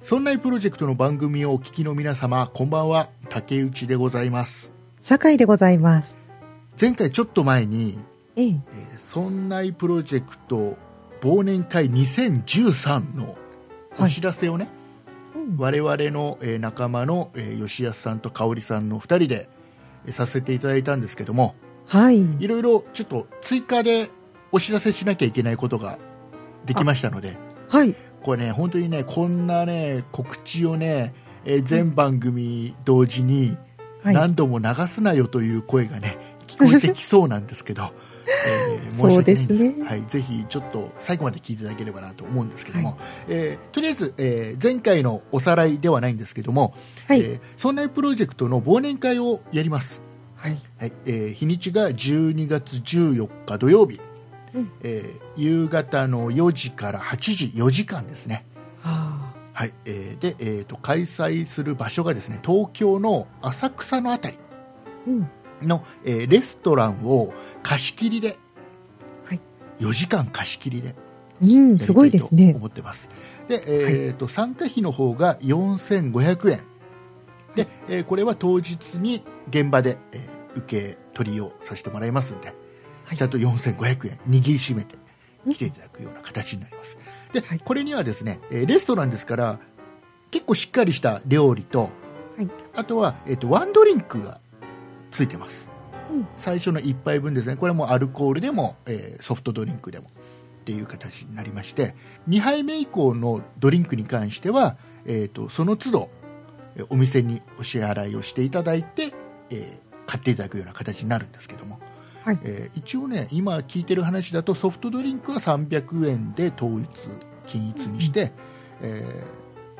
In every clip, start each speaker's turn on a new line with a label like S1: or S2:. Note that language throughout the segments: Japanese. S1: そんないプロジェクトの番組をお聞きの皆様、こんばんは、竹内でございます。
S2: 酒井でございます。
S1: 前回ちょっと前に、
S2: ええ。
S1: えーそんないプロジェクト忘年会2013のお知らせをね、
S2: うん
S1: 我々の、えー仲間の、えー吉安さんと香織さんの2人で、えーさせていただいたんですけども、
S2: はい。
S1: いろいろちょっと追加でお知らせしなきゃいけないことができましたので、
S2: はい。
S1: これね、本当にね、こんなね、告知をね、えー全番組同時に
S2: はい。
S1: 何度も流すなよという声がね、聞こえてきそうなんですけ ど、えー
S2: そうですね
S1: 申し訳ないんですはい、ぜひちょっと最後まで聞いていただければなと思うんですけども、
S2: は
S1: えーとりあえず、えー前回のおさらいではないんですけども、
S2: はい。
S1: えーそんなプロジェクトの忘年会をやります。
S2: はい。
S1: はいえー日にちが12月14日土曜日、
S2: うん
S1: えー夕方の4時から8時4時間ですね、
S2: あ
S1: はいえーで、えーと開催する場所がですね東京の浅草のあたり
S2: ーうん。
S1: の、えーレストランを貸し切りで、
S2: はい
S1: 4時間貸し切りで
S2: うん、すごいです
S1: やりた
S2: ね
S1: と。思ってますで、えーと参加費の方が4500円で、えーこれは当日に現場で、えー受け取りをさせてもらいますんで、
S2: はい
S1: ちゃんと4500円握りしめて来ていただくような形になりますで、
S2: はい
S1: これにはですねえーレストランですから結構しっかりした料理と、
S2: はい
S1: あとは、えー、とワンドリンクがついてます、
S2: うん
S1: 最初の1杯分ですねこれもアルコールでも、えーソフトドリンクでもっていう形になりまして2杯目以降のドリンクに関しては、えー、とその都度えーお店にお支払いをしていただいて、えー買っていただくような形になるんですけども、
S2: はい。
S1: えー一応ね今聞いてる話だとソフトドリンクは300円で統一均一にして、え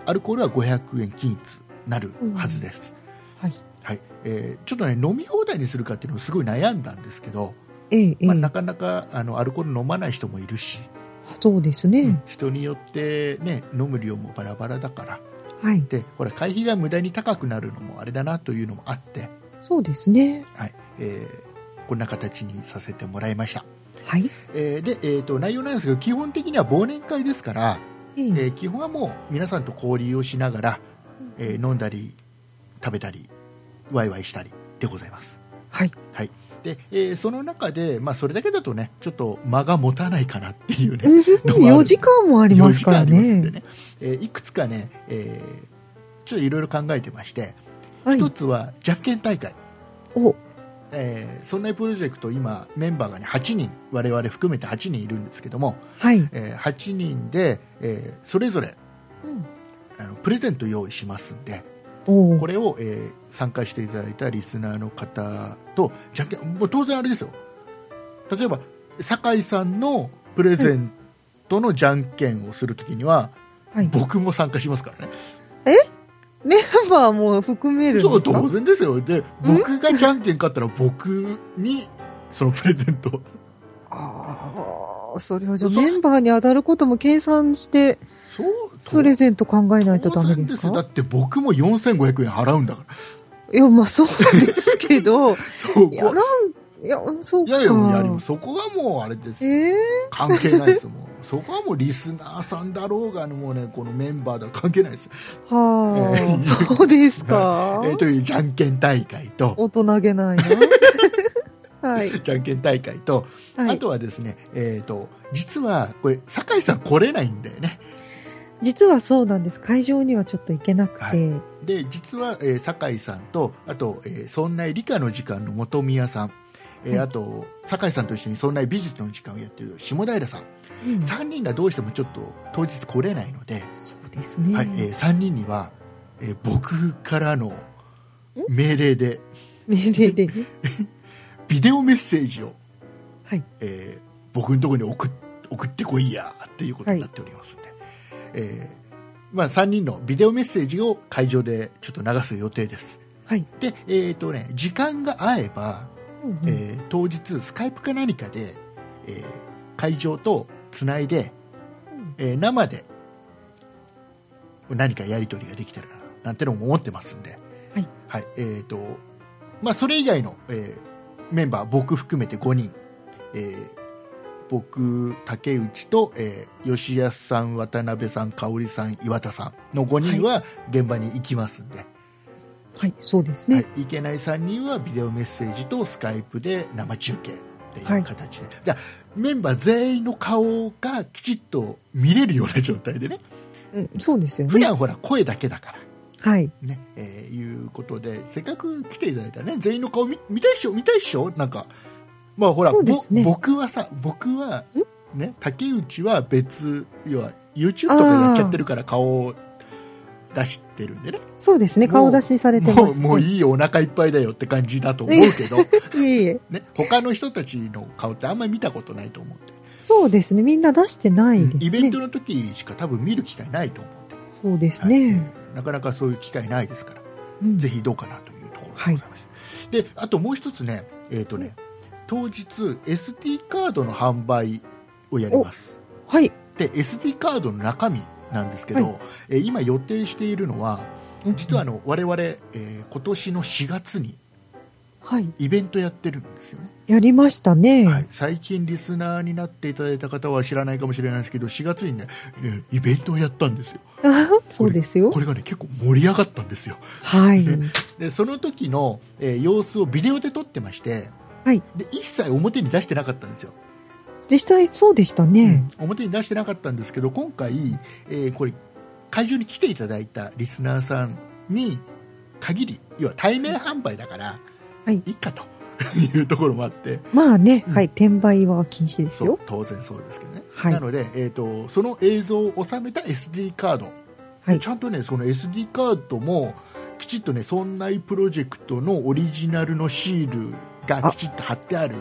S1: ーアルコールは500円均一なるはずです、
S2: はい。
S1: はいえーちょっとね飲み放題にするかっていうのをすごい悩んだんですけど、
S2: ええ、ええ
S1: まあ、。なかなかあのアルコール飲まない人もいるし、
S2: そうですね。
S1: 人によって、ね、飲む量もバラバラだから
S2: はい。
S1: でほら会費が無駄に高くなるのもあれだなというのもあって、
S2: そうですね。
S1: はいえーこんな形にさせてもらいました。
S2: はい。
S1: えーで、えー、と内容なんですけど基本的には忘年会ですから、
S2: え
S1: え
S2: え。
S1: ー基本はもう皆さんと交流をしながら、えー飲んだり食べたりワイワイしたりでございます
S2: はい。
S1: はいで、えーその中で、まあ、それだけだとねちょっと間が持たないかなっていうねどうもある
S2: 4時間もありますから
S1: 用事がありますんで
S2: ね。
S1: ね、えーいくつかね、えーちょっといろいろ考えてまして
S2: はい
S1: 一、。つはじゃんけん大会
S2: お、
S1: えーそんなプロジェクト今メンバーがね8人我々含めて8人いるんですけども、
S2: はい。
S1: えー8人で、えーそれぞれ
S2: うん
S1: あのプレゼント用意しますんで
S2: お
S1: こ
S2: ー
S1: れを、えー参加していただいたリスナーの方とじゃんけんもう当然あれですよ例えば酒井さんのプレゼントのじゃんけんをするときには、
S2: はい。
S1: 僕も参加しますからね
S2: メンバーも含めるん
S1: そう
S2: ですか
S1: 当然ですよで僕がじゃんけん勝ったら僕にそのプレゼント
S2: ああ、それはじゃあ
S1: そう
S2: メンバーに当たることも計算して、
S1: そう
S2: プレゼント考えないとダメです
S1: 当然だ
S2: か
S1: って僕も4500円払うんだから
S2: いや、まあそうですけ ど、い
S1: そう
S2: や、なん、いや、そう
S1: い
S2: か。
S1: やいやもうやりますそこはもうあれです、
S2: ええ
S1: 関係ないですもうそこはもうリスナーさんだろうがもうねこのメンバーだろうが関係ないです、
S2: はあ、
S1: えー
S2: そうですか。
S1: えーというじゃんけん大会と
S2: 大人げないな。 はい。
S1: じゃんけん大会と、
S2: は
S1: あ
S2: い。
S1: とはですねえっ、と実はこれ酒井さん来れないんだよね
S2: 実はそうなんです。会場にはちょっと行けなくて。
S1: はいで実は、えー酒井さんとあと、えー、そんな理科の時間の元宮さん、えー
S2: はい
S1: あと酒井さんと一緒にそんな美術の時間をやってる下平さん
S2: うん
S1: 3人がどうしてもちょっと当日来れないので、
S2: そうですね。
S1: はいえー3人には、えー僕からの命令で
S2: 命令でね。
S1: ビデオメッセージを、
S2: はい。
S1: えー僕のところに送っ送ってこいやっていうことになっておりますんで、えーまあ、3人のビデオメッセージを会場でちょっと流す予定です
S2: はい。
S1: で、えーとね、時間が合えば、
S2: うんうん
S1: えー当日スカイプか何かで、えー会場とつないで、
S2: うん
S1: えー生で何かやり取りができたらななんてのも思ってますんで、
S2: はい
S1: えーとまあ、それ以外の、えーメンバー僕含めて5人、ええー僕竹内と、えー吉安さん渡辺さん香織さん岩田さんの5人は現場に行きますんで、
S2: はい、そうですね。
S1: はい、いけない3人はビデオメッセージとスカイプで生中継っていう形で、だからメンバー全員の顔がきちっと見れるような状態でね
S2: うん、そうですよ
S1: 普
S2: ね。
S1: 段ほら声だけだから。
S2: はい。
S1: ねえーいうことでせっかく来ていただいたらね全員の顔見見たいっしょ見たいっしょなんかまあほら、
S2: そう
S1: ぼ
S2: ですね
S1: 僕はさ僕は、ね、竹内は別要は YouTube とかやっちゃってるから顔を出してるんでね
S2: そうですね。
S1: もう
S2: 顔出しされて
S1: も
S2: ま
S1: う
S2: す、
S1: もういいよお腹いっぱいだよって感じだと思うけ ど、
S2: いえいえ。
S1: ね、他の人たちの顔ってあんまり見たことないと思うんで
S2: そうですね。みんな出してないで
S1: イ
S2: す
S1: ベン
S2: ね
S1: ト。の時しか多分見る機会ないと思うんで、
S2: そうです
S1: はい
S2: ね。
S1: えーなかなかそういう機会ないですから
S2: うん
S1: ぜひどうかなというところでございます、であともう一つね,、えーとね当日 SD カードの販売をやります
S2: はい。
S1: で SD カードの中身なんですけど、
S2: は
S1: えー今予定しているのは実はあの我々、えー今年の4月に
S2: はい。
S1: イベントやってるんですよね、
S2: やりましたね。
S1: はい、最近リスナーになっていただいた方は知らないかもしれないですけど4月にねねイベントをやったんですよ
S2: そうですよ
S1: こ。れがね結構盛り上がったんですよ
S2: はい。
S1: でその時の、えー様子をビデオで撮ってまして、
S2: はい
S1: で一切表に出してなかったんですよ、
S2: 実際そうでしたね。
S1: 表に出してなかったんですけど今回、えーこれ会場に来ていただいたリスナーさんに限り要は対面販売だから、
S2: はい
S1: いっかというところもあって
S2: まあね、
S1: うん
S2: はい。転売は禁止です
S1: そう
S2: よ。
S1: 当然そうですけどね、
S2: はい
S1: なので、えー、とその映像を収めた SD カード、
S2: はい
S1: ちゃんとねその SD カードもきちっとね「そんないプロジェクト」のオリジナルのシールがきちっと貼ってある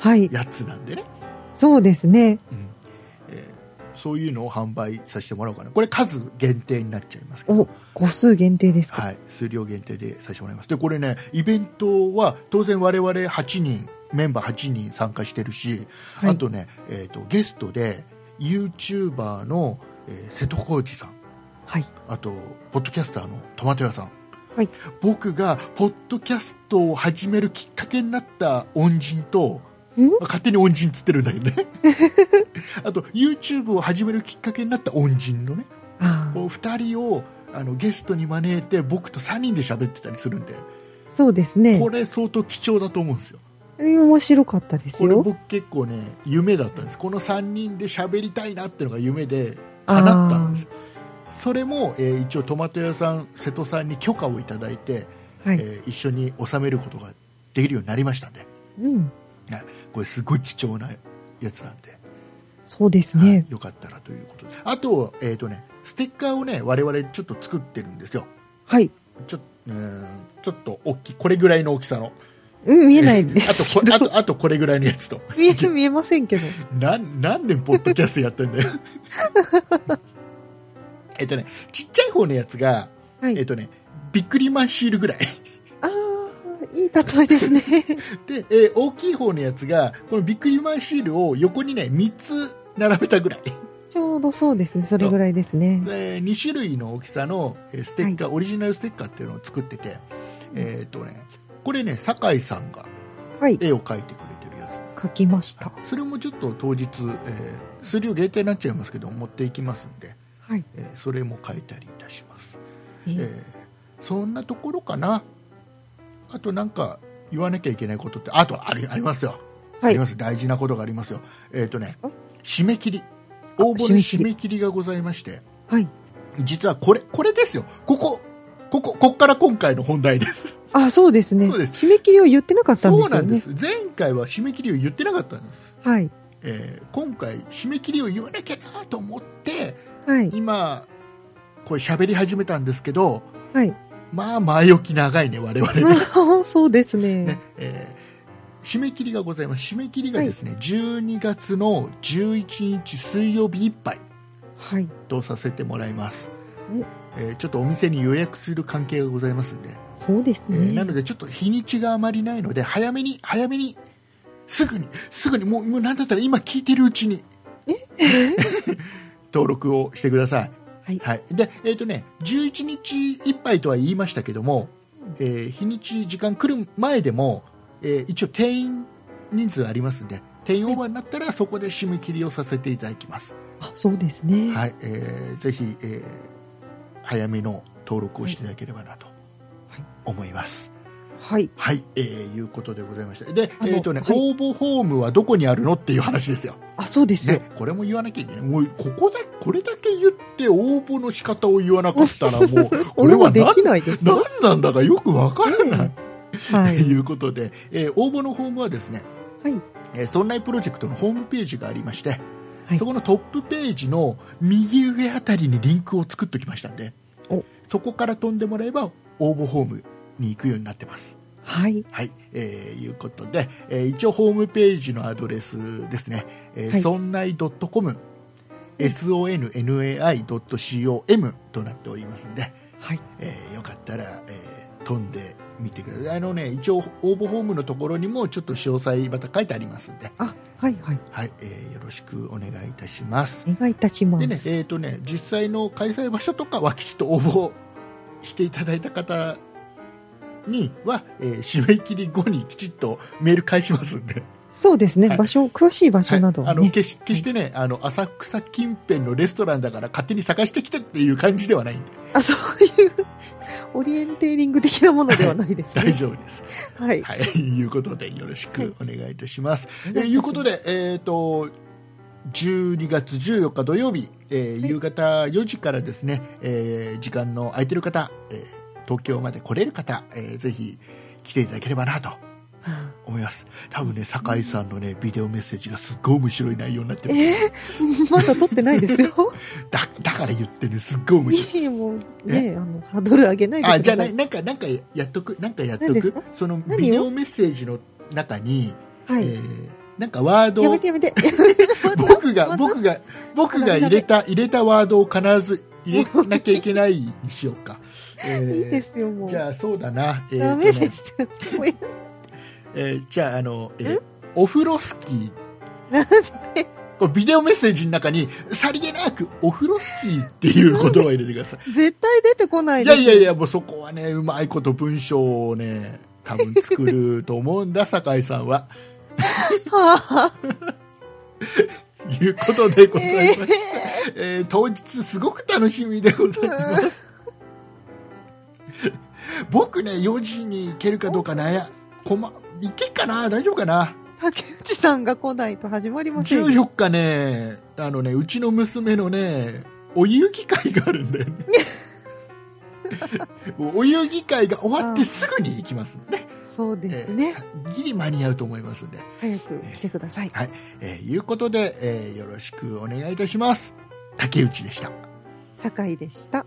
S2: はい。
S1: やつなんでね、
S2: そうですね。
S1: うんえーそういうのを販売させてもらおうかなこれ数限定になっちゃいますけど
S2: お、個数限定ですか。
S1: はい、数量限定でさせてもらいますでこれねイベントは当然我々8人メンバー8人参加してるし、
S2: はい
S1: あとね、えー、とゲストで YouTuber の、えー瀬戸康史さん
S2: はい。
S1: あとポッドキャスターのトマト屋さん
S2: はい。
S1: 僕がポッドキャストを始めるきっかけになった恩人と
S2: ん
S1: 勝手に恩人っつってるんだよね あと YouTube を始めるきっかけになった恩人のね
S2: ああ、
S1: こう2人をあのゲストに招いて僕と3人で喋ってたりするんで
S2: そうですね
S1: こ。れ相当貴重だと思うんですよ
S2: 面白かったです
S1: これ
S2: よ。
S1: 僕結構ね夢だったんですこの3人で喋りたいなっていうのが夢で叶ったんですそれも、えー一応トマト屋さん瀬戸さんに許可をいただいて、
S2: はい。
S1: えー一緒に収めることができるようになりましたんで、
S2: うん。
S1: ねこれすごい貴重なやつなんで、
S2: そうですね。
S1: はいよかったらということであと,、えーとね、ステッカーをね我々ちょっと作ってるんですよ
S2: はい。
S1: ちょ,、うーん、ちょっと大きいこれぐらいの大きさの
S2: うん、見えないですけ
S1: あと
S2: ど。
S1: こあとあとこれぐらいのやつと
S2: 見え、見えませんけど。
S1: なん何年ポッドキャストやってん だよえっとねちっちゃい方のやつが、
S2: は
S1: えっ
S2: い。
S1: とねビックリマンシールぐらい
S2: ああ、いい例 えですね。
S1: で、えー大きい方のやつがこのビックリマンシールを横にね3つ並べたぐらい、
S2: ちょうどそうですね。それぐらいですね。
S1: で2種類の大きさのえーステッカー、オリジナルステッカーっていうのを作ってて、えっとねこれね酒井さんが
S2: はい。
S1: 絵を描いてくれてるやつ
S2: 書きました。
S1: それもちょっと当日、えー、数量限定になっちゃいますけど持っていきますんで、
S2: はい。
S1: えーそれも書いたりいたします、
S2: え
S1: え
S2: ー
S1: ーそんなところかなあとなんか言わなきゃいけないことってあとありありますよ、
S2: は
S1: あ
S2: い
S1: り。ます大事なことがありますよえっ、とね
S2: ですか
S1: 締め切り応募
S2: 締
S1: の
S2: め切
S1: 締
S2: り
S1: め切りがございまして
S2: はい。
S1: 実はこれこれですよこここここっから今回の本題です
S2: あ、そうですね。
S1: そうです
S2: 締め切りを言ってなかったんで
S1: そう
S2: す
S1: な
S2: よ
S1: んで
S2: ね。
S1: す前回は締め切りを言ってなかったんです
S2: はい。
S1: えー今回締め切りを言わなきゃなと思って
S2: はい。
S1: 今これ喋り始めたんですけど
S2: はい。
S1: まあ前置き長いね我々ね
S2: ああ、そうですね
S1: ね。、 えー締め切りがございます締め切りがですね、12月の11日水曜日いっぱい
S2: はい。
S1: とさせてもらいます
S2: お、
S1: えーちょっとお店に予約する関係がございますんで、
S2: そうです
S1: えーなの
S2: ね。
S1: でちょっと日にちがあまりないので早めに早めにすぐにすぐにもうもう何だったら今聞いてるうちに 登録をしてください、
S2: はい
S1: でえっ、とね11日いっぱいとは言いましたけども、えー日にち時間来る前でも、えー一応定員人数ありますんで定員オーバーになったらそこで締め切りをさせていただきます。
S2: あ、そうですね。は
S1: は
S2: い。
S1: い、えーぜひ、えー早めの登録をしていただければなと思います。はい、えーいうことでございました。で、
S2: あの
S1: えっ、とね、
S2: はい
S1: 応募フォームはどこにあるのっていう話ですよ。
S2: あ、そうですよ。
S1: ね、これも言わなきゃいけない。もうここだこれだけ言って応募の仕方を言わなかった らもうこ
S2: 俺
S1: れ
S2: も
S1: は
S2: で
S1: 何
S2: きないですよ。
S1: 何なんだかよくわから ない。
S2: は
S1: と
S2: い。
S1: いうことで、えー応募のフォームはですね、
S2: はい。
S1: えー、そんないプロジェクトのホームページがありまして、
S2: はい
S1: そこのトップページの右上あたりにリンクを作っておきましたんで
S2: お
S1: そこから飛んでもらえば応募ホームに行くようになってます。
S2: はい。
S1: はい、えーいうことで、えー一応ホームページのアドレスですね、え
S2: は
S1: ー
S2: い
S1: そんない .com sonnai.com となっておりますんで、
S2: はい。
S1: えーよかったら、えー飛んでみてくださいあのね一応応募フォームのところにもちょっと詳細また書いてありますんで、
S2: あ、はいはい。
S1: はいえーよろしくお願いいたします
S2: お願いいたしま
S1: でね,、え
S2: す。
S1: ーとね実際の開催場所とかはきちっと応募していただいた方には、えー締め切り後にきちっとメール返しますんで、
S2: そうです
S1: はい
S2: ね。場所、詳しい場所など
S1: はいあ
S2: は
S1: の
S2: ね。
S1: 決し決してね、あの浅草近辺のレストランだから勝手に探してきてっていう感じではないんで
S2: あ、そう いうオリエンテーリング的なものではないです
S1: 大
S2: ね。
S1: 丈夫です
S2: はい。
S1: はい、いうことでよろしくお願いいたします。
S2: お願いい
S1: え
S2: たします
S1: いうことで、えっ、と、12月14日土曜日、えー
S2: はい
S1: 夕方4時からですね、えー時間の空いてる方、えー東京まで来れる方、えーぜひ来ていただければなと思います。多分ね、酒井さんのね、ビデオメッセージがすっごい面白い内容になってる。
S2: えー、 まだ撮ってないですよ。
S1: だだから言ってる、すっごい面白い。
S2: いいもんね、あの、ハードル上げないでくださ
S1: あ
S2: い。
S1: じゃあななんかなんかやっとくなんかやっと
S2: 何です
S1: く
S2: か
S1: その
S2: 何
S1: ビ
S2: を
S1: デオメッセージの中に、
S2: は
S1: え
S2: い。
S1: ーなんかワードを
S2: やめてやめて。
S1: 僕が、
S2: また
S1: 僕が、僕が入れた、入れたワードを必ず入れなきゃいけないにしようか。えー
S2: いいですよ、もう。
S1: じゃあ、そうだな。えーとね
S2: ダメで。す。もうや
S1: えーじゃあ、あの、え
S2: ん
S1: ーお風呂スキー。
S2: なぜ
S1: これビデオメッセージの中に、さりげなく、お風呂スキーっていう言葉を入れてくださ。
S2: 絶対出てこないい
S1: い
S2: で
S1: や
S2: す。
S1: いやいや、もうそこはね、うまいこと文章をね、多分作ると思うんだ、酒井さんは。
S2: はあ。
S1: いうことでござい
S2: え
S1: ます。 えー当日すごく楽しみでございます。 僕ね、4時に行けるかどうか悩こま、行けっかな大丈夫かな
S2: ー竹内さんが来ないと始まりませんよ。
S1: ?14 日ね、あのね、うちの娘のね、お遊戯会があるんだよね。 お遊戯会が終わってすぐに行きますので、ね
S2: そうで
S1: え
S2: すね。
S1: ーギリ間に合うと思いますんで。
S2: 早く来てください。
S1: えーいうことで、えーよろしくお願いいたします。竹内でした。
S2: 酒井でした。